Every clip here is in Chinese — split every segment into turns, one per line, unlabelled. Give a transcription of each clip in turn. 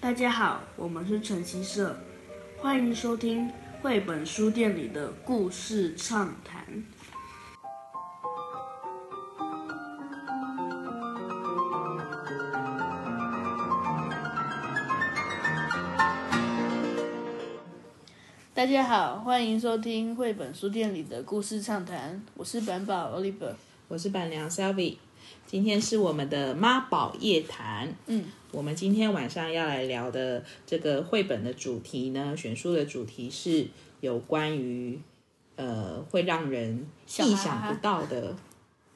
大家好，我们是晨曦社，欢迎收听绘本书店里的故事畅谈。大家好，欢迎收听绘本书店里的故事畅谈，我是板宝 Oliver。
我是板娘 Selvi，今天是我们的妈宝夜谈。
嗯，
我们今天晚上要来聊的这个绘本的主题呢，选书的主题是有关于呃会让人
哈哈
意想不到的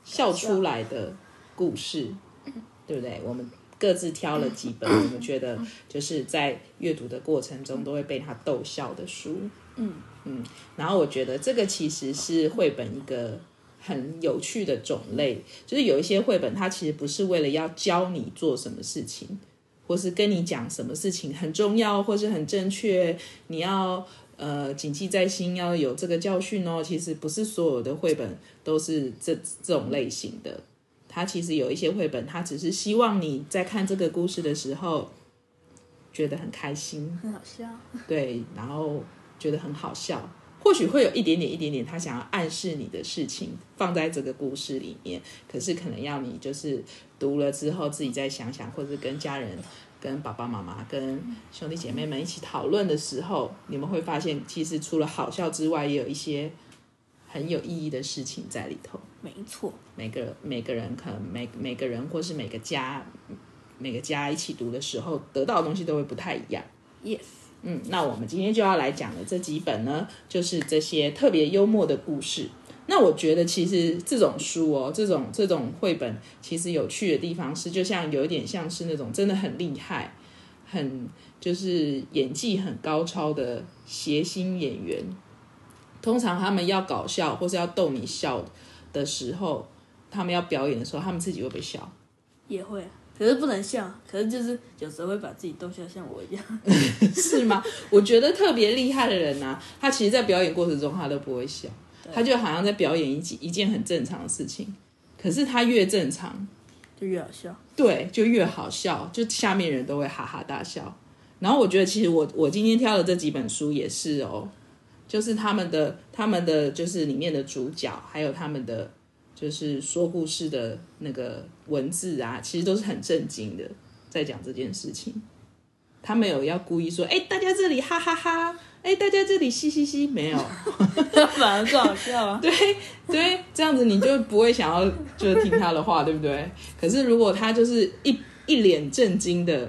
笑出来的故事，对不对？我们各自挑了几本，我们觉得就是在阅读的过程中都会被他逗笑的书。
嗯
嗯，然后我觉得这个其实是绘本一个很有趣的种类，就是有一些绘本它其实不是为了要教你做什么事情，或是跟你讲什么事情很重要或是很正确，你要呃谨记在心，要有这个教训哦。其实不是所有的绘本都是这这种类型的，它其实有一些绘本，它只是希望你在看这个故事的时候觉得很开心，
很好笑。
对，然后觉得很好笑，或许会有一点点、一点点他想要暗示你的事情放在这个故事里面，可是可能要你就是读了之后自己再想想，或者是跟家人、跟爸爸妈妈、跟兄弟姐妹们一起讨论的时候，你们会发现，其实除了好笑之外，也有一些很有意义的事情在里头。
没错，
每个每个人可能每每个人或是每个家每个家一起读的时候，得到的东西都会不太一样。
Yes
嗯，那我们今天就要来讲的这几本呢，就是这些特别幽默的故事。那我觉得其实这种书哦，这种这种绘本，其实有趣的地方是，就像有一点像是那种真的很厉害、很就是演技很高超的谐星演员，通常他们要搞笑或是要逗你笑的时候，他们要表演的时候，他们自己会不会笑？
也会，啊可是不能笑，可是就是有时候会把自己逗笑，像我一样。
是吗？我觉得特别厉害的人呢、啊他其实在表演过程中他都不会笑，他就好像在表演一件一件很正常的事情，可是他越正常，
就越好 笑。
对，就越好笑，就下面人都会哈哈大笑。然后我觉得，其实我我今天挑的这几本书也是哦，就是他们的他们的就是里面的主角，还有他们的就是说故事的那个文字啊，其实都是很震惊的，在讲这件事情。他没有要故意说，哎，大家这里哈哈哈哎，大家这里嘻嘻嘻，没有，
反而更好笑啊！
对对，这样子你就不会想要就是听他的话，对不对？可是如果他就是一一脸震惊的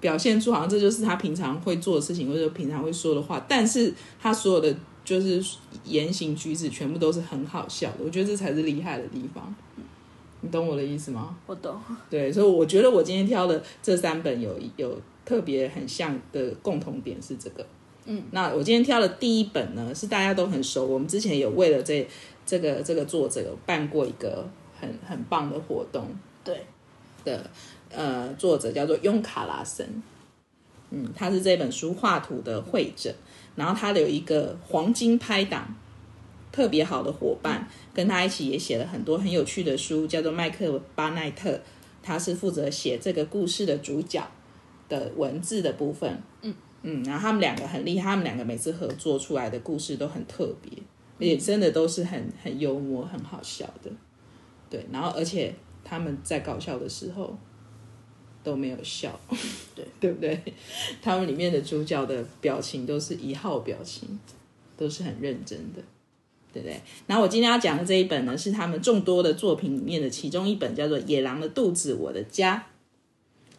表现出，好像这就是他平常会做的事情，或者平常会说的话，但是他所有的就是言行举止全部都是很好笑的，我觉得这才是厉害的地方。你懂我的意思吗？
我懂，
对，所以我觉得我今天挑的这三本有有特别很像的共同点是这个。嗯，那我今天挑的第一本呢，是大家都很熟，我们之前有为了这这个这个作者有办过一个很很棒的活动
对，
的呃作者叫做雍卡拉森，嗯，他是这本书画图的绘者，然后他的有一个黄金拍档，特别好的伙伴，跟他一起也写了很多很有趣的书，叫做麦克巴奈特，他是负责写这个故事的主角的文字的部分，嗯嗯，然后他们两个很厉害，他们两个每次合作出来的故事都很特别，而且真的都是很很幽默、很好笑的，对，然后而且他们在搞笑的时候都没有笑，
对
对不对？他们里面的主角的表情都是一号表情，都是很认真的，对不对？然后我今天要讲的这一本呢，是他们众多的作品里面的其中一本，叫做《野狼的肚子，我的家》。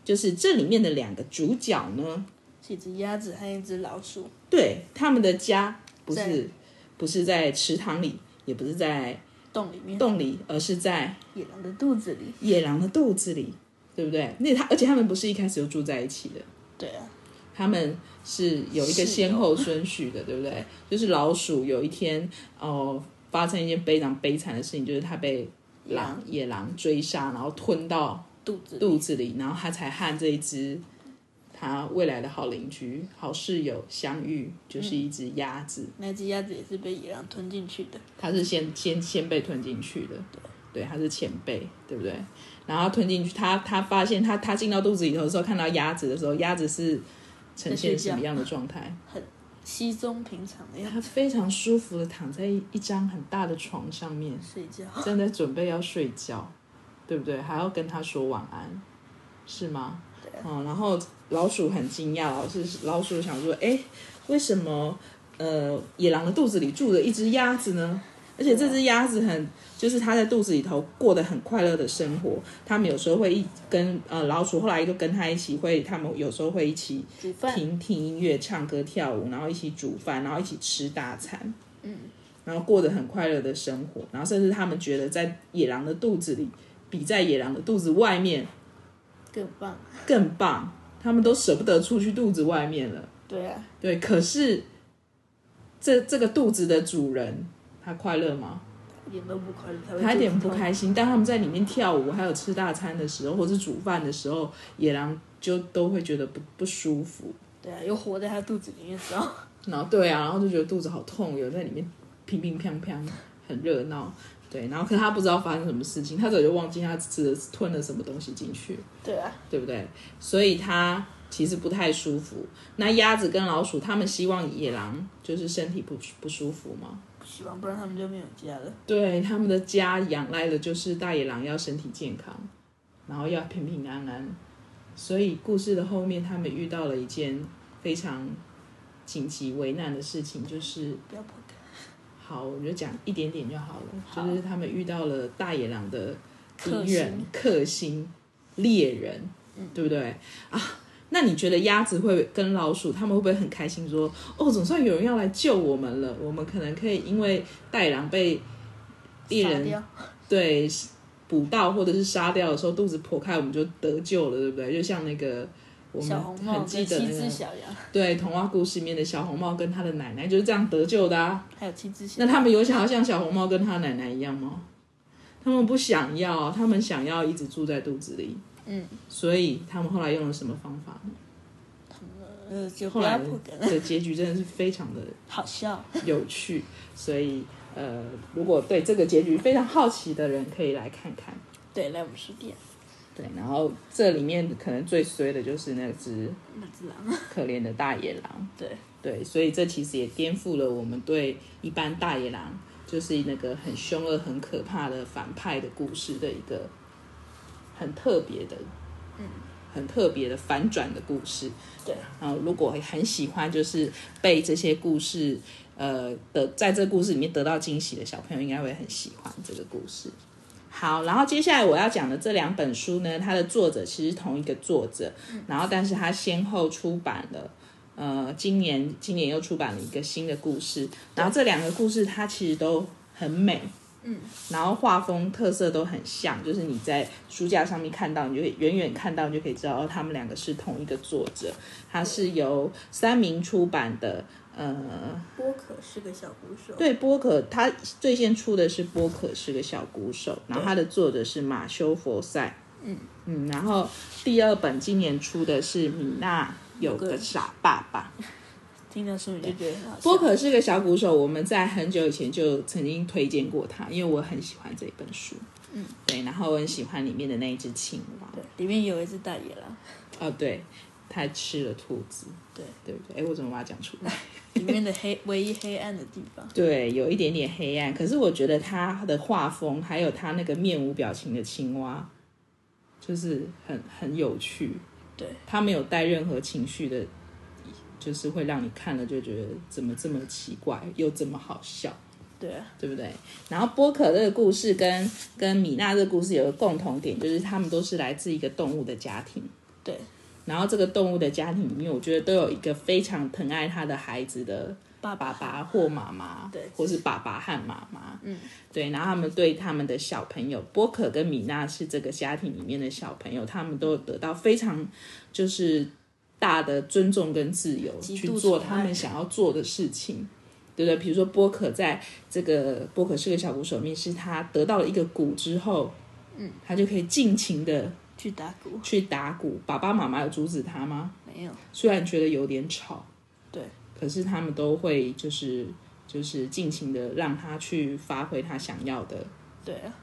就是这里面的两个主角呢，
是一只鸭子和一只老鼠。
对他们的家不
在
是不是在池塘里，也不是在
洞里面，
洞里，而是在
野狼的肚子里。
野狼的肚子里，对不对？那他而且他们不是一开始就住在一起的，
对啊，
他们是有一个先后顺序的，对不对？就是老鼠有一天哦、发生一件非常悲惨的事情，就是它被狼野狼追杀，然后吞到
肚子里
肚子里，然后它才和这一只它未来的好邻居、好室友相遇，就是一只鸭子。
那只鸭子也是被野狼吞进去的。
它是先先先被吞进去的。对，他是前辈，对不对？然后吞进去，他他发现他他进到肚子里头的时候，看到鸭子的时候，鸭子是呈现什么样的状态？
稀松平常的样
他非常舒服的躺在一一张很大的床上面，
子睡觉。
正在准备要睡觉，对不对？还要跟他说晚安，是吗？哦，然后老鼠很惊讶，老是老鼠想说，哎，为什么呃野狼的肚子里住着一只鸭子呢？而且这只鸭子很，就是它在肚子里头过得很快乐的生活。它们有时候会一跟呃老鼠，后来就跟它一起会，它们有时候会一起
煮饭
听听音乐、唱歌、跳舞，然后一起煮饭，然后一起吃大餐，嗯，然后过得很快乐的生活，然后甚至他们觉得在野狼的肚子里比在野狼的肚子外面
更棒。啊
更棒，他们都舍不得出去肚子外面了。
对啊，
对，可是这这个肚子的主人他快乐吗？
一点都不快乐，他会
他一点不
肚子痛
开心。当他们在里面跳舞，还有吃大餐的时候，或是煮饭的时候，野狼就都会觉得不不舒服。
对啊，又活在他肚子里面的时候，
然后对啊，然后就觉得肚子好痛，有人在里面乒乒乓乓，很热闹。对，然后可是他不知道发生什么事情，他早就忘记他吃了吞了什么东西进去，
对啊，
对不对？所以他其实不太舒服。那鸭子跟老鼠，他们希望野狼就是身体不不舒服嘛。
希望不然他们就没有家了。
对，他们的家仰赖的就是大野狼要身体健康，然后要平平安安。所以故事的后面，他们遇到了一件非常紧急危难的事情，就是
不要破梗，
好，我就讲一点点就好了。
好
就是他们遇到了大野狼的
克
敌人
星嗯
克星猎人，对不对啊？那你觉得鸭子会跟老鼠他们会不会很开心说哦，总算有人要来救我们了？我们可能可以因为大野狼被猎
杀
人
掉
对捕到或者是杀掉的时候，肚子破开，我们就得救了，对不对？就像那个我
小
们
红帽
很
跟
记
七
得那
只
个
小羊，
对童话故事里面的小红帽跟他的奶奶就是这样得救的啊。
还有七只小
那他们有想要像小红帽跟他奶奶一样吗？他们不想要，他们想要一直住在肚子里。
嗯，
所以他们后来用了什么方法呢？
呃，就
后
不
来
要破梗了，
的结局真的是非常的
好笑。
有趣，所以呃，如果对这个结局非常好奇的人，可以来看看。
对，来我们书店，
对，然后这里面可能最衰的就是那只
那只狼，
可怜的大野狼。
对
对，所以这其实也颠覆了我们对一般大野狼就是那个很凶恶、很可怕的反派的故事的一个很特别的，嗯，很特别的反转的故事。
对，
然后如果很喜欢就是被这些故事，呃的在这故事里面得到惊喜的小朋友，应该会很喜欢这个故事。好，然后接下来我要讲的这两本书呢，它的作者其实是同一个作者，然后但是它先后出版了，呃，今年今年又出版了一个新的故事，然后这两个故事它其实都很美，嗯，然后画风特色都很像，就是你在书架上面看到，你就可以远远看到，你就可以知道哦他们两个是同一个作者，它是由三明出版的，呃，
波可是个小鼓手，
对，波可他最先出的是波可是个小鼓手，然后他的作者是马修佛塞，嗯嗯，然后第二本今年出的是米娜有个傻爸爸。
听到书你就觉得很好笑。
波可是个小鼓手，我们在很久以前就曾经推荐过他，因为我很喜欢这一本书，嗯，对，然后我很喜欢里面的那一只青蛙，
对，里面有一只大野狼，
哦对，它吃了兔子，
对
对不对？哎，我怎么把它讲出来？
里面的黑 唯一黑暗的地方，
对，有一点点黑暗，可是我觉得他的画风，还有他那个面无表情的青蛙，就是很很有趣。
对，
他没有带任何情绪的，就是会让你看了就觉得怎么这么奇怪，又这么好笑。
对啊，
对不对？然后波可这个故事跟跟米娜这个故事有个共同点，就是他们都是来自一个动物的家庭。
对。
然后这个动物的家庭里面，我觉得都有一个非常疼爱他的孩子的
爸
爸爸或妈妈，
对
或是爸爸和妈妈，嗯，对。然后他们对他们的小朋友波可跟米娜是这个家庭里面的小朋友，他们都有得到非常就是大的尊重跟自由，
极
去
度
做
宠
他
爱
们想要做的事情。对不对？比如说波可在这个波可是个小鼓手面试，他得到了一个鼓之后，嗯，他就可以尽情的
去打鼓
去打鼓。爸爸妈妈有阻止他吗？
没有，
虽然觉得有点吵，
对，
可是他们都会就是就是尽情的让他去发挥他想要的
对啊，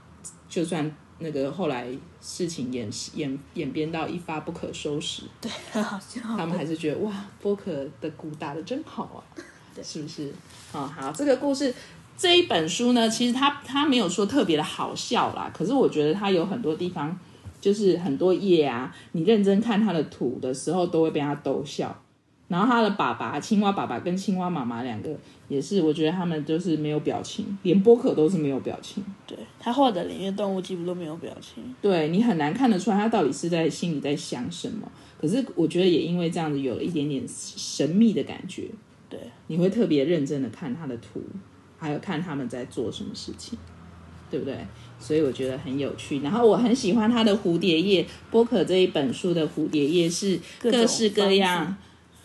就算那个后来事情演演演变到一发不可收拾，
对，很好笑。
他们还是觉得哇，波可的鼓打的真好啊，是不是？哦，好，这个故事这一本书呢，其实它它没有说特别的好笑啦，可是我觉得它有很多地方，就是很多页啊，你认真看它的图的时候，都会被它逗笑。然后他的爸爸，青蛙爸爸跟青蛙妈妈两个也是，我觉得他们就是没有表情，连波可都是没有表情。
对他画的里面动物几乎都没有表情，
对你很难看得出来他到底是在心里在想什么。可是我觉得也因为这样子，有了一点点神秘的感觉。
对，
你会特别认真的看他的图，还有看他们在做什么事情，对不对？所以我觉得很有趣。然后我很喜欢他的蝴蝶叶，波可这一本书的蝴蝶叶是
各种
各式各样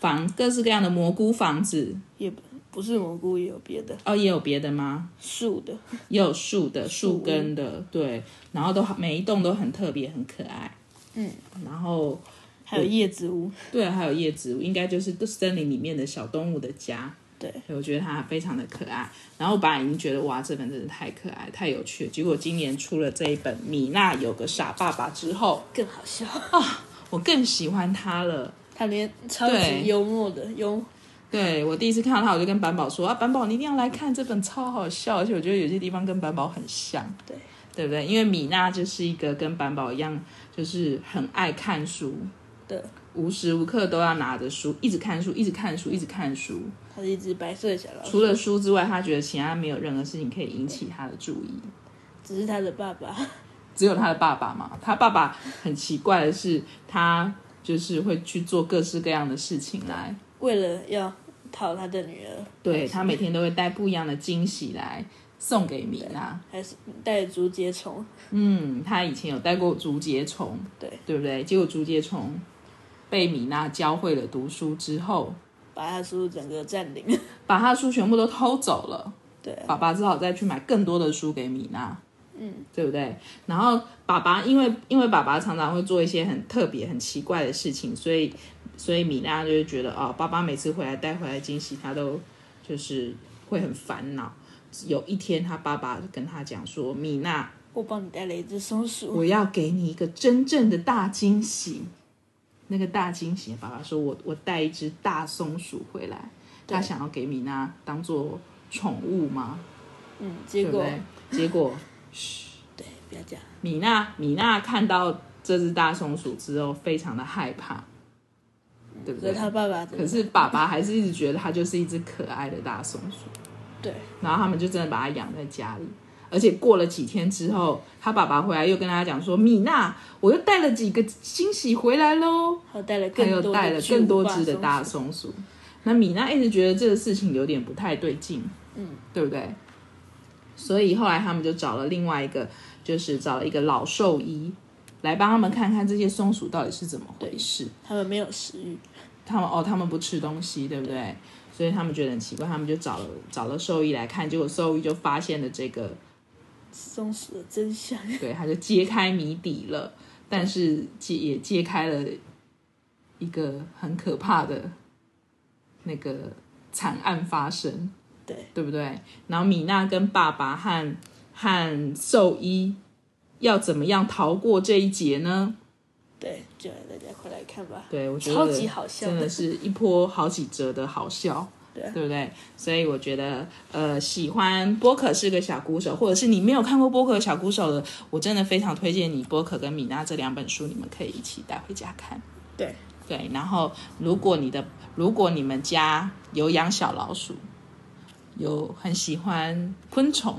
房各式各样的蘑菇房子。
也不不是蘑菇，也有别的
哦，也有别的吗？
树的。
也有树的、
屋
树根的，对，然后都每一栋都很特别、很可爱。
嗯，
然后
还有叶子屋，
对，啊还有叶子，应该就是森林里面的小动物的家。
对，
我觉得它非常的可爱。然后我本来已经觉得哇，这本真是太可爱、太有趣了。结果今年出了这一本《米娜有个傻爸爸》之后，
更好笑。
我更喜欢它了。
他连超
对
级幽默的幽，
对我第一次看到它，我就跟板宝说啊，板宝你一定要来看这本，超好笑，而且我觉得有些地方跟板宝很像。
对，
对不对？因为米娜就是一个跟板宝一样，就是很爱看书，
对，
无时无刻都要拿着书，一直看书，一直看书，一直看书。
它是一只白色的小老
除
鼠，
了书之外，他觉得其他没有任何事情可以引起他的注意。
只是他的爸爸。
只有他的爸爸嘛，他爸爸很奇怪的是，他就是会去做各式各样的事情来，
为了要讨他的女儿，
对他每天都会带不一样的惊喜来送给米娜。
还是带竹节虫，
嗯，他以前有带过竹节虫，
对
对不对？结果竹节虫被米娜教会了读书之后，
把他叔叔整个占领。
把他的书全部都偷走了。
对，
爸爸只好再去买更多的书给米娜，嗯，对不对？然后爸爸因为因为爸爸常常会做一些很特别、很奇怪的事情，所以所以米娜就会觉得哦，爸爸每次回来带回来惊喜，他都就是会很烦恼。有一天，他爸爸跟他讲说：“米娜，
我帮你带了一只松鼠，
我要给你一个真正的大惊喜。那个大惊喜，爸爸说我我带一只大松鼠回来，他想要给米娜当做宠物嘛，
嗯，结
对不
果
对？结果
对，不要讲，
米娜米娜看到这只大松鼠之后，非常的害怕，对不
可
对
是？他爸爸怎么
可是爸爸还是一直觉得它就是一只可爱的大松鼠。
对，
然后他们就真的把它养在家里。而且过了几天之后，他爸爸回来又跟他讲说：“米娜，我又带了几个惊喜回来喽。”
还有带了
他
更
又
多
带了
的巨
更多
无霸
只的
松
大
鼠
松鼠。那米娜一直觉得这个事情有点不太对劲，嗯，对不对？所以后来他们就找了另外一个，就是找了一个老兽医来帮他们看看这些松鼠到底是怎么回事。
他们没有食欲，
他们哦，他们不吃东西，对不对？所以他们觉得很奇怪，他们就找了找了兽医来看，结果兽医就发现了这个
松鼠的真相，
对，他就揭开谜底了，但是揭也揭开了一个很可怕的那个惨案发生，
对
对不对？然后米娜跟爸爸和和兽医要怎么样逃过这一劫呢？
对，就让大家快来看吧，
对我觉得
超级好笑
真的
的，
是一波好几折的好笑。
对啊
对不对？所以我觉得，呃，喜欢波可是个小鼓手，或者是你没有看过波可小鼓手的，我真的非常推荐你波可跟米娜这两本书，你们可以一起带回家看。
对
对，然后如果你的如果你们家有养小老鼠，有很喜欢昆虫，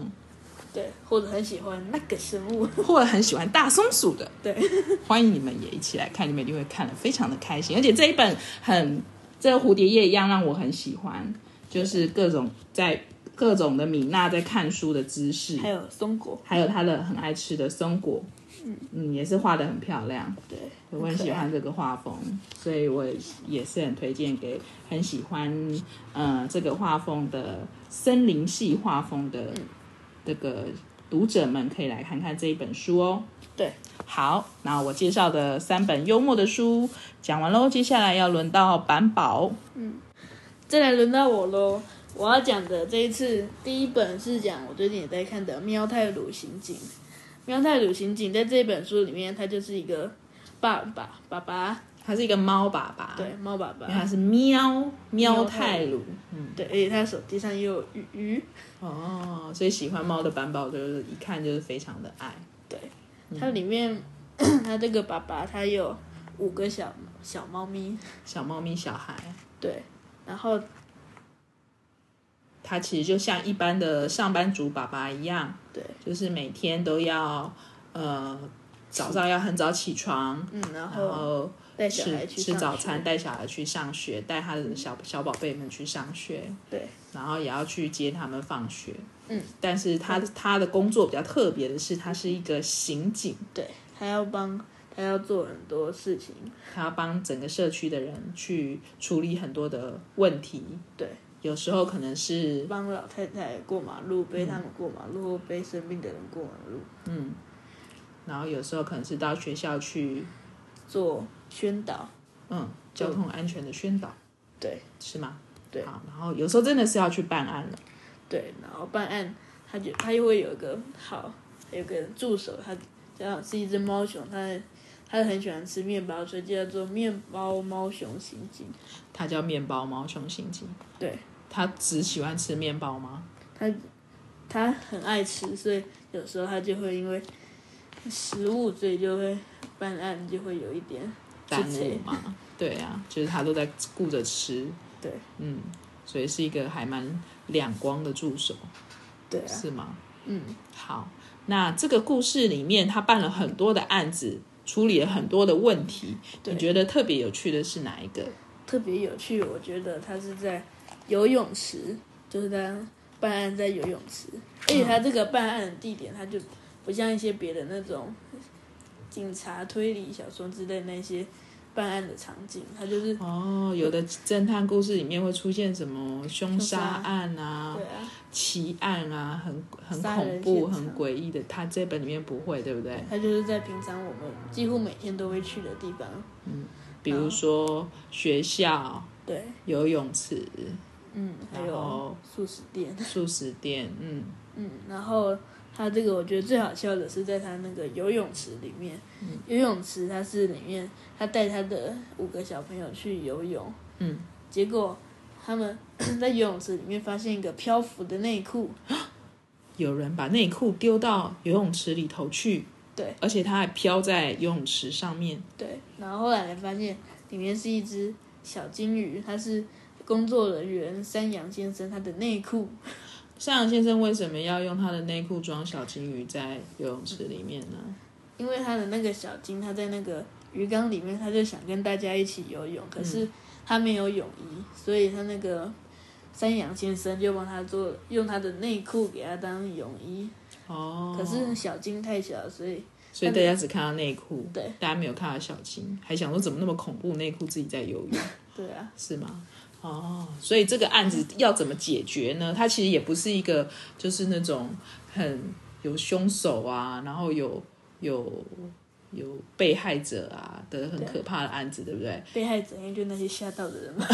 对，或者很喜欢那个生物，
或者很喜欢大松鼠的，
对，
欢迎你们也一起来看，你们一定会看得非常的开心。而且这一本很，这个蝴蝶叶一样让我很喜欢，就是各种在各种的米娜在看书的姿势，
还有松果，
还有她的很爱吃的松果，嗯，也是画的很漂亮。
对，
我很
很可
喜
爱
欢这个画风，所以我也是很推荐给很喜欢呃这个画风的森林系画风的、
嗯
这个读者们，可以来看看这一本书哦。
对，
好，那我介绍的三本幽默的书讲完喽，接下来要轮到板宝，
再来轮到我喽。我要讲的这一次第一本是讲我最近也在看的《喵太鲁刑警》，喵太鲁刑警在这本书里面，他就是一个爸爸爸爸，
它是一个猫爸爸，
对，，猫爸爸，
它是喵喵
太
泰
鲁
鲁，嗯，
对，而且他手机上也有鱼鱼，
哦，所以喜欢猫的板宝就是一看就是非常的爱，
对，它里面它这个爸爸他有五个小小猫咪，
小猫咪小孩，
对，然后
它其实就像一般的上班族爸爸一样，
对，
就是每天都要呃早上要很早起床，
嗯，然
然
后
后
带小孩
哦吃
去
吃
上
早
学
餐，，带小孩去上学，带他的小小宝贝们去上学，
对，
然后也要去接他们放学。
嗯，
但是他他的工作比较特别的是，他是一个刑警，
对，他要帮他要做很多事情，
他要帮整个社区的人去处理很多的问题。
对，
有时候可能是
帮老太太过马路，背他们过马路，或背生病的人过马路，
嗯然后有时候可能是到学校去，
做宣导，
嗯，交通安全的宣导，
对
是吗？
对
好，然后有时候真的是要去办案了，
对，然后办案，他就他又会有一个好，有个助手，他叫是一只猫熊，他他很喜欢吃面包，所以就叫做面包猫熊刑警。
他叫面包猫熊刑警。
对，
他只喜欢吃面包吗？
他他很爱吃，所以有时候他就会因为食物，所以就会办案就会有一点
耽
之前
误 嘛。对啊，就是他都在顾着吃。
对，
嗯，所以是一个还蛮两光的助手，
对啊，
是吗？
嗯，
好，那这个故事里面，他办了很多的案子，处理了很多的问题。你觉得特别有趣的是哪一个？
特别有趣。我觉得他是在游泳池，就是他办案在游泳池，而且他这个办案的地点，他就不像一些别的那种警察推理小说之类那些办案的场景，他就是
哦，有的侦探故事里面会出现什么凶杀案啊
对、啊，
奇案啊，很很
杀人
恐怖、
现场
很诡异的。他这本里面不会，对不对？
他就是在平常我们几乎每天都会去的地方，
比如说学校、
对，
游泳池、
嗯，还
然
有
后
素食店，
素食店，嗯，
嗯，然后他这个我觉得最好笑的是在他那个游泳池里面，游泳池他是里面他带他的五个小朋友去游泳，
嗯，
结果他们在游泳池里面发现一个漂浮的内裤，
有人把内裤丢到游泳池里头去，
对，
而且它还飘在游泳池上面，
对，然后后来才发现里面是一只小金鱼，它是工作人员山羊先生他的内裤，
山羊先生为什么要用他的内裤装小金鱼在游泳池里面呢？
因为他的那个小金，他在那个鱼缸里面，他就想跟大家一起游泳，可是他没有泳衣，所以他那个山羊先生就帮他做，用他的内裤给他当泳衣。
哦，
可是小金太小，所以
所以大家只看到内裤，
对，
大家没有看到小金，还想说怎么那么恐怖，内裤自己在游泳，
对啊，
是吗？哦，所以这个案子要怎么解决呢？它其实也不是一个，就是那种很有凶手啊，然后有有有被害者啊的很可怕的案子，对不对？
被害者应该就那些吓到的人嘛。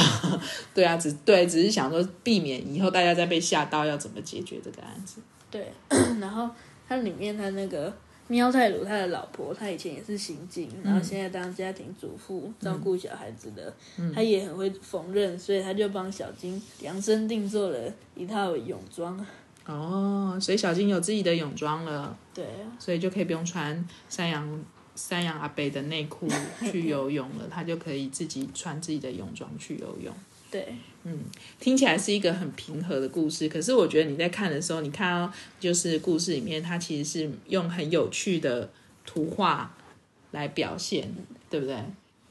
对啊，只对，只是想说避免以后大家再被吓到，要怎么解决这个案子？
对， 然后它里面他那个喵泰鲁他的老婆，他以前也是刑警，然
嗯
后现在当家庭主妇，照顾小孩子的，
嗯
他也很会缝纫，所以他就帮小金量身定做了一套泳装。
哦，所以小金有自己的泳装了，
对啊，
所以就可以不用穿山羊山羊阿北的内 裤去游泳了，他就可以自己穿自己的泳装去游泳。
对
听起来是一个很平和的故事，可是我觉得你在看的时候，你看到就是故事里面，它其实是用很有趣的图画来表现，对不对？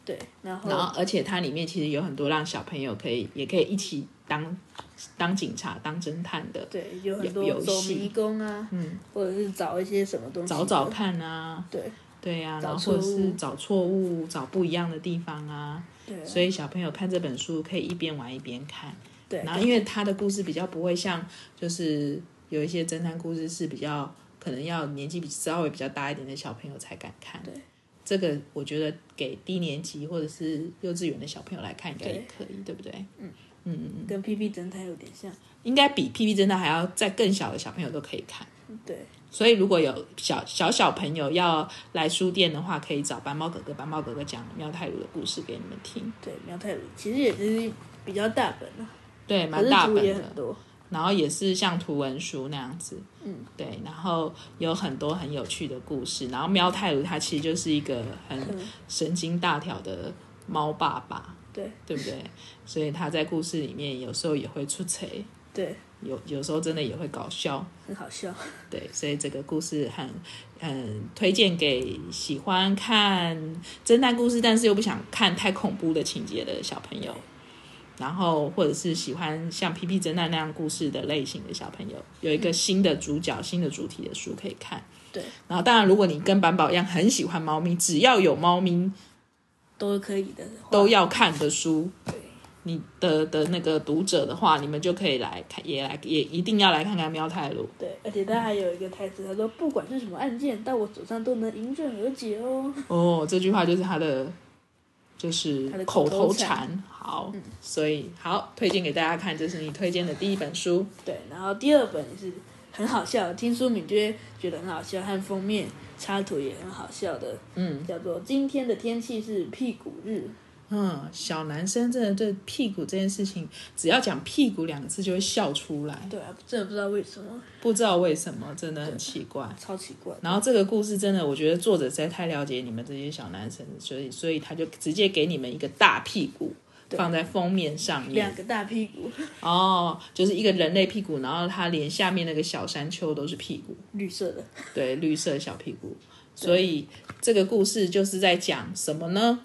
对，然后
然后，而且它里面其实有很多让小朋友可以也可以一起当当警察、当侦探的，
对有很多
有游
走
戏
迷宫啊，嗯，或者是找一些什么东西
找
的
找看啊，
对
对呀、
找
然后或者
错误
是找错误、找不一样的地方啊。
对啊
所以小朋友看这本书可以一边玩一边看。
对
然后因为他的故事比较不会像，就是有一些侦探故事是比较可能要年纪比稍微比较大一点的小朋友才敢看。
对，
这个我觉得给低年级或者是幼稚园的小朋友来看应该也可以，对不对？
跟 P P 侦探有点像，
应该比《屁屁侦探》还要再更小的小朋友都可以看。
对，
所以如果有小小小朋友要来书店的话，可以找斑猫哥哥，斑猫哥哥讲妙泰鲁的故事给你们听。
对，苗太鲁其实也就是比较大本了、
对，
可
蛮
是
大
图
本
也
的
很。多。
然后也是像图文书那样子，嗯，对，然后有很多很有趣的故事。然后喵泰鲁它其实就是一个很
嗯
神经大条的猫爸爸，
对
对不对？所以他在故事里面有时候也会出彩，
对，
有有时候真的也会搞笑，
很好笑。
对，所以这个故事很很推荐给喜欢看侦探故事，但是又不想看太恐怖的情节的小朋友，然后或者是喜欢像《皮皮侦探》那样故事的类型的小朋友，有一个新的主角、新的主题的书可以看。
对，
然后当然，如果你跟板宝一样很喜欢猫咪，只要有猫咪
都可以的，
都要看的书
对，
你的的那个读者的话，你们就可以来看，也来也一定要来看看《喵泰鲁》。
对，而且他还有一个台词，他说不管是什么案件，到我手上都能迎刃而解 哦。
哦，这句话就是他的，就是
他的
口
口
头
头嗯
禅。好，所以好推荐给大家看，这是你推荐的第一本书。
对，然后第二本也是很好笑，听书名就会觉得很好笑，和封面插图也很好笑的，
嗯
叫做《今天的天气是屁股日》。
嗯，小男生真的对屁股这件事情，只要讲屁股两个字就会笑出来，
对啊，真的不知道为什么，
不知道为什么，真的很奇怪。
超奇怪。
然后这个故事真的，我觉得作者实在太了解你们这些小男生，所以所以他就直接给你们一个大屁股
对
放在封面上 面，
两个大屁股，
哦，就是一个人类屁股，然后它连下面那个小山丘都是屁股，
绿色的，
对，绿色小屁股。所以这个故事就是在讲什么呢？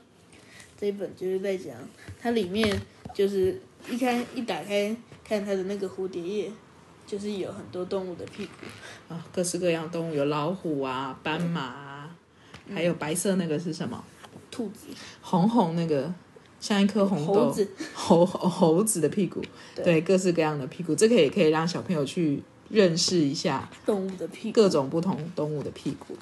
这一本就是在讲它里面就是一开一打开看它的那个蝴蝶叶，就是有很多动物的屁股，
啊，各式各样的动物，有老虎啊、斑马啊，
嗯
还有白色那个是什么？
兔子、
红红那个，像一颗红豆，
猴子，
猴猴猴子的屁股，对，各式各样的屁股，这个也可以让小朋友去认识一下
动物的屁股。
各种不同动物的屁股。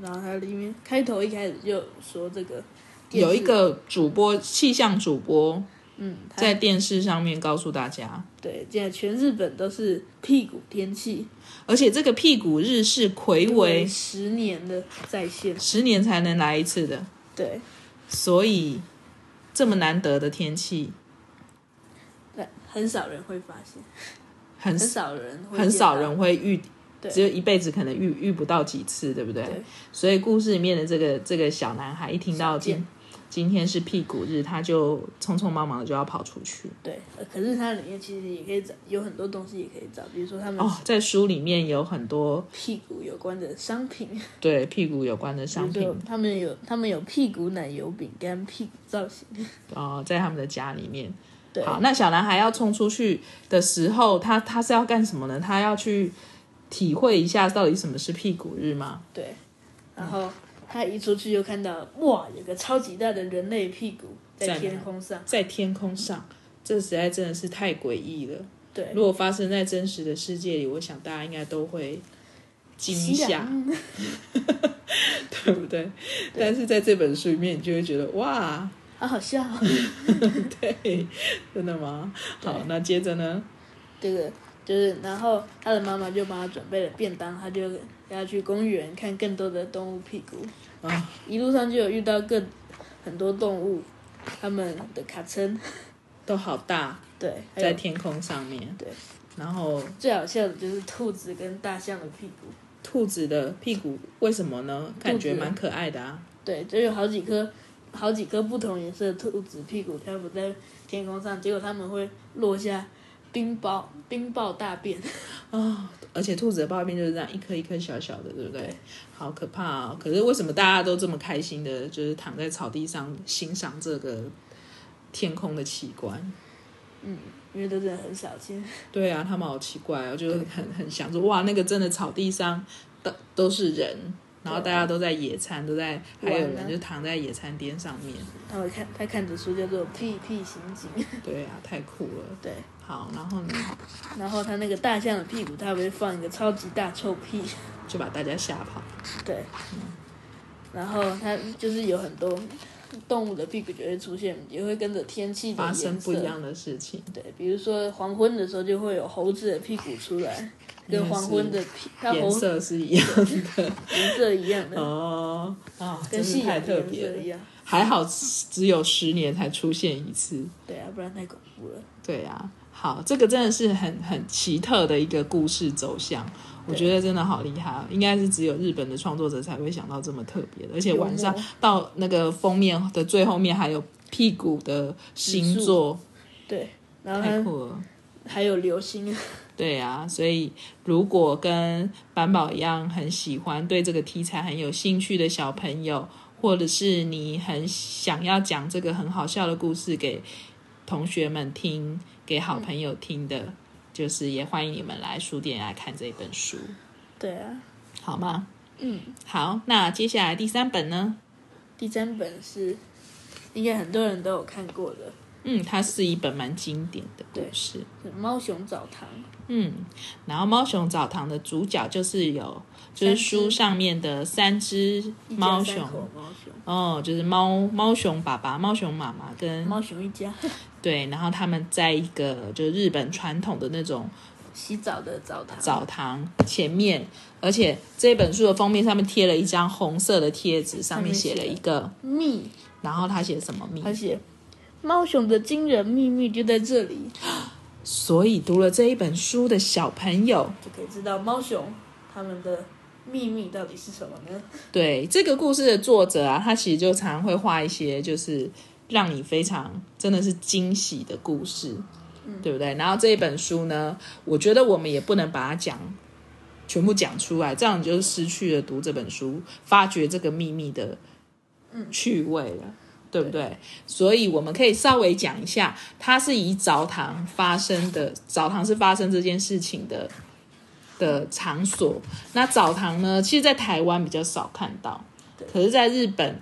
然后它里面开头一开始就说这个电视
有一个主播，气象主播
嗯，它
在电视上面告诉大家，
对，现在全日本都是屁股天气，
而且这个屁股日是魁
为
违
十年的在线，
十年才能来一次的，
对，
所以这么难得的天气，
但很少人会发现，
很
很少人会
很
见
少
到
人会遇，
对
只有一辈子可能遇遇不到几次，对不对？
对
所以故事里面的这个这个小男孩一听到
少见
今今天是屁股日，他就匆匆忙忙的就要跑出去。
对，呃可是它里面其实也可以找有很多东西也可以找，比如说他们
哦，在书里面有很多
屁股有关的商品，
对屁股有关的商
比如说
品
他们有他们有屁股奶油饼干、屁股造型，
哦，在他们的家里面。
对，
好，那小男孩要冲出去的时候，他他是要干什么呢？他要去体会一下到底什么是屁股日吗？
对，然后他一出去就看到哇，有个超级大的人类屁股
在
在
哪
天空上，
在天空上，这实在真的是太诡异了。
对，
如果发生在真实的世界里，我想大家应该都会惊一
西
下，
凉
对不对？但是在这本书里面，你就会觉得哇，
好好笑 哦、嗯
对，真的吗？好，那接着呢？
这个就是，然后他的妈妈就帮他准备了便当，他就要去公园看更多的动物屁股。
啊，
一路上就有遇到更很多动物，他们的卡称，
都好大，
对，还
在
有
天空上面，
对，
然后
最好笑的就是兔子跟大象的屁股，
兔子的屁股为什么呢？感觉蛮可爱的啊。
对，就有好几颗好几颗不同颜色的兔子屁股漂浮在天空上，结果他们会落下冰雹冰雹大便，
而且兔子的刨冰就是这样一颗一颗小小的，对不对？好可怕哦！可是为什么大家都这么开心的，就是躺在草地上欣赏这个天空的奇观？
因为都真的很少见。
对啊，他们好奇怪哦，就是很很想说，哇，那个真的草地上都都是人，然后大家都在野餐，都在，还有
玩
人
啊
就躺在野餐垫上 面。
他们看他看的书叫做《屁屁刑警》，
对啊，太酷了。
对。
好，然后呢，
然后他那个大象的屁股，他会放一个超级大臭屁，
就把大家吓跑。
对。然后他就是有很多动物的屁股就会出现，也会跟着天气的
发
颜
生
色
不一样的事情，
对，比如说黄昏的时候就会有猴子的屁股出来，跟黄昏的皮，它
颜
红
色是一样的
颜色一样的，
哦啊，
跟
真
夕
是
阳
太
的
特
颜
别
色一
了。
样。
还好只有十年才出现一次，
对啊，不然太恐怖了。
对啊。好，这个真的是很很奇特的一个故事走向，我
对
觉得真的好厉害哦，应该是只有日本的创作者才会想到这么特别的，而且
幽
晚上
默
到那个封面的最后面还有屁股的星
数
座，
对，然后
太
它
酷了。
还有流星，
对啊，所以如果跟板宝一样很喜欢、对这个题材很有兴趣的小朋友，或者是你很想要讲这个很好笑的故事给同学们听、给好朋友听的，就是也欢迎你们来书店来啊看这本书，
对啊。
好吗？
嗯，
好，那接下来第三本呢？
第三本是应该很多人都有看过的，
嗯，它是一本蛮经典的故事。
是《猫熊澡堂》。
嗯，然后猫熊澡堂的主角就是有，就是
三只
书上面的三只
一
猫
家
熊
三，口猫熊，
哦，就是猫猫熊爸爸、猫熊妈妈跟
猫熊一家
对，然后他们在一个就是日本传统的那种
洗澡的澡堂，
澡堂前面，而且这本书的封面上面贴了一张红色的贴纸，上面写了一个，
蜜，
然后他写什么名
而？且猫熊的惊人秘密就在这里，
所以读了这一本书的小朋友，
就可以知道猫熊它们的秘密到底是什么呢？
对这个故事的作者啊，他其实就常会画一些就是让你非常真的是惊喜的故事，对不对？然后这一本书呢，我觉得我们也不能把它讲全部讲出来，这样你就失去了读这本书、发掘这个秘密的
嗯
趣味了。对不对？所以我们可以稍微讲一下，它是以澡堂发生的，澡堂是发生这件事情的的场所。那澡堂呢，其实，在台湾比较少看到，可是，在日本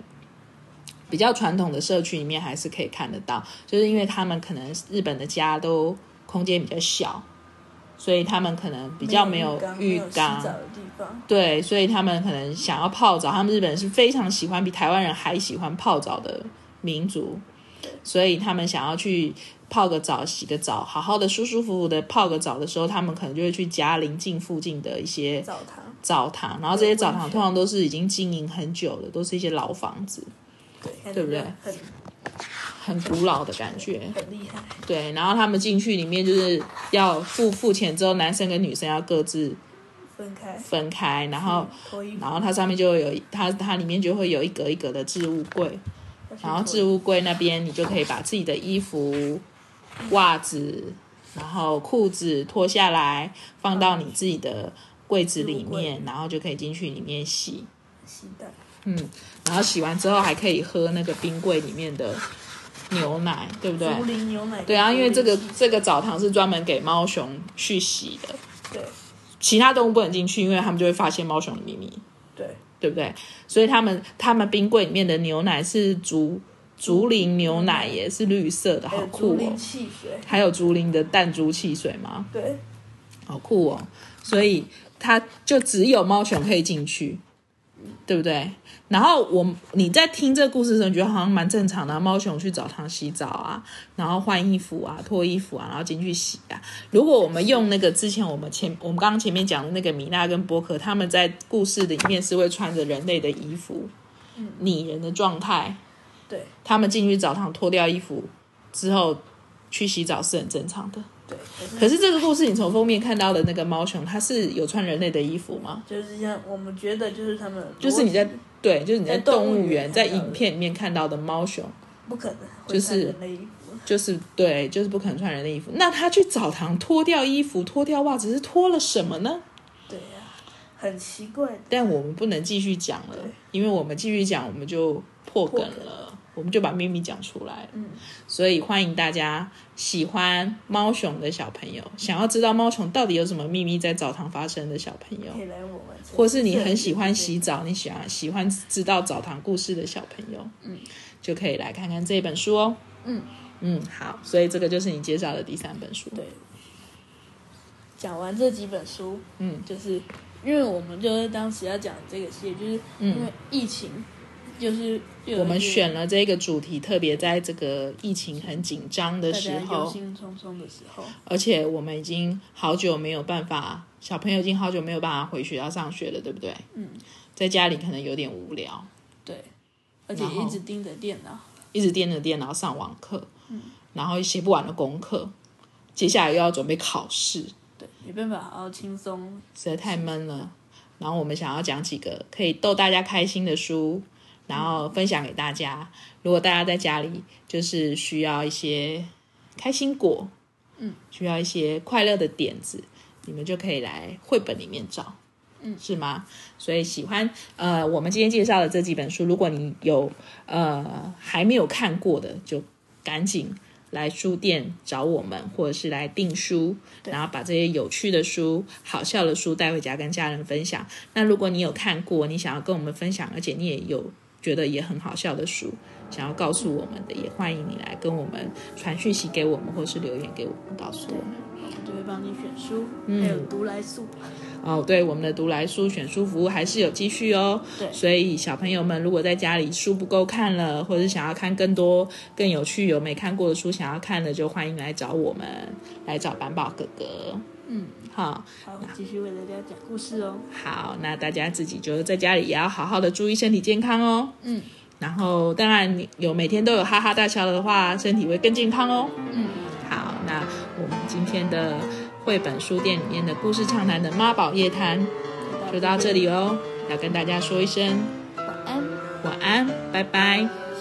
比较传统的社区里面，还是可以看得到。就是因为他们可能日本的家都空间比较小，所以他们可能比较没有
没
浴
有洗
缸，
澡的地方，
对，所以他们可能想要泡澡，他们日本人是非常喜欢，比台湾人还喜欢泡澡的民族，所以他们想要去泡个澡、洗个澡，好好的、舒舒服服的泡个澡的时候，他们可能就会去家邻近附近的一些
澡堂，
澡堂，然后这些澡
温
堂
泉
通常都是已经经营很久的，都是一些老房子，
对
对不对
很
很古老的感觉。
很厉害，
对，然后他们进去里面就是要付付钱之后，男生跟女生要各自
分开，
分开，然后
脱衣服
然后它上面就会有它它里面就会有一格一格的置物柜，然后置物柜那边你就可以把自己的衣服、袜子，然后裤子脱下来，放到你自己的柜子里
置物柜
面，然后就可以进去里面洗。
洗澡，
然后洗完之后还可以喝那个冰柜里面的牛奶，对不对？
竹林牛奶，
对啊，因为这个
竹林
这个澡堂是专门给猫熊去洗的，
对
其他动物不能进去，因为他们就会发现猫熊的秘密。
对
对不对？所以他们他们冰柜里面的牛奶是竹竹林牛奶耶，是绿色的，
还
好
有
酷
竹
哦
林！汽水，
还有竹林的弹珠汽水吗？
对
好酷哦！所以它就只有猫熊可以进去，对不对？然后我你在听这个故事的时候，你觉得好像蛮正常的啊，猫熊去澡堂洗澡啊，然后换衣服啊，脱衣服啊，然后进去洗啊。如果我们用那个之前我们前我们刚刚前面讲的那个米娜跟波克，他们在故事里面是会穿着人类的衣服，拟人的状态，
对
他们进去澡堂脱掉衣服之后去洗澡是很正常的。
对，可是
可是这个故事，你从封面看到的那个猫熊，它是有穿人类的衣服吗？
就是像我们觉得就是他们，
就是你在对，就是你在动物园
在
在
动物园看到的
影片里面看到的猫熊，
不可能会
就是
穿人类衣服，
就是对，就是不可能穿人类衣服。那它去澡堂脱掉衣服、脱掉袜子，是脱了什么呢？
对呀、很奇怪的，
但我们不能继续讲了
对，
因为我们继续讲，我们就破梗
破
了，我们就把秘密讲出来了。
嗯，
所以欢迎大家喜欢猫熊的小朋友，想要知道猫熊到底有什么秘密在澡堂发生的小朋友
可，以来我们这里，
或是你很喜欢洗澡，你喜欢喜欢知道澡堂故事的小朋友，嗯，就可以来看看这本书哦。
嗯
嗯，好，所以这个就是你介绍的第三本书。
对。讲完这几本书，
嗯，
就是因为我们就是当时要讲这个系列，就是因为疫情就是就有
嗯我们
一点
选了这个主题，特别在这个疫情很紧张的
大
时
家忧
候，
心忡忡的时候，
而且我们已经好久没有办法，小朋友已经好久没有办法回学校上学了，对不对？嗯，在家里可能有点无聊，
对，而且
然后
一直盯着电脑，
一直盯着电脑上网课，嗯，然后写不完的功课，接下来又要准备考试，
对，没办法好好轻松。
实在太闷了。然后我们想要讲几个可以逗大家开心的书，然后分享给大家。如果大家在家里就是需要一些开心果，嗯，需要一些快乐的点子，你们就可以来绘本里面找，嗯，是吗？所以喜欢呃，我们今天介绍的这几本书，如果你有呃还没有看过的，就赶紧来书店找我们，或者是来订书，然后把这些有趣的书、好笑的书带回家跟家人分享。那如果你有看过，你想要跟我们分享，而且你也有觉得也很好笑的书，想要告诉我们的，也欢迎你来跟我们传讯息给我们，或是留言给我们，告诉我们。
我们就会帮你选书，
嗯
还有读来速，
哦，对，我们的读来书选书服务还是有继续哦。
对
所以小朋友们如果在家里书不够看了，或者是想要看更多更有趣、有没看过的书，想要看的，就欢迎来找我们，来找板宝哥哥。
嗯，
好，
好，我继续为大家讲故事哦。
好，那大家自己就是在家里也要好好的注意身体健康哦。
嗯，
然后当然你有每天都有哈哈大笑的话，身体会更健康哦。
嗯，
好，那我们今天的绘本书店里面的故事畅谈的妈宝夜谈哦就到这里哦，要跟大家说一声
晚安。
晚安，拜拜。
拜拜。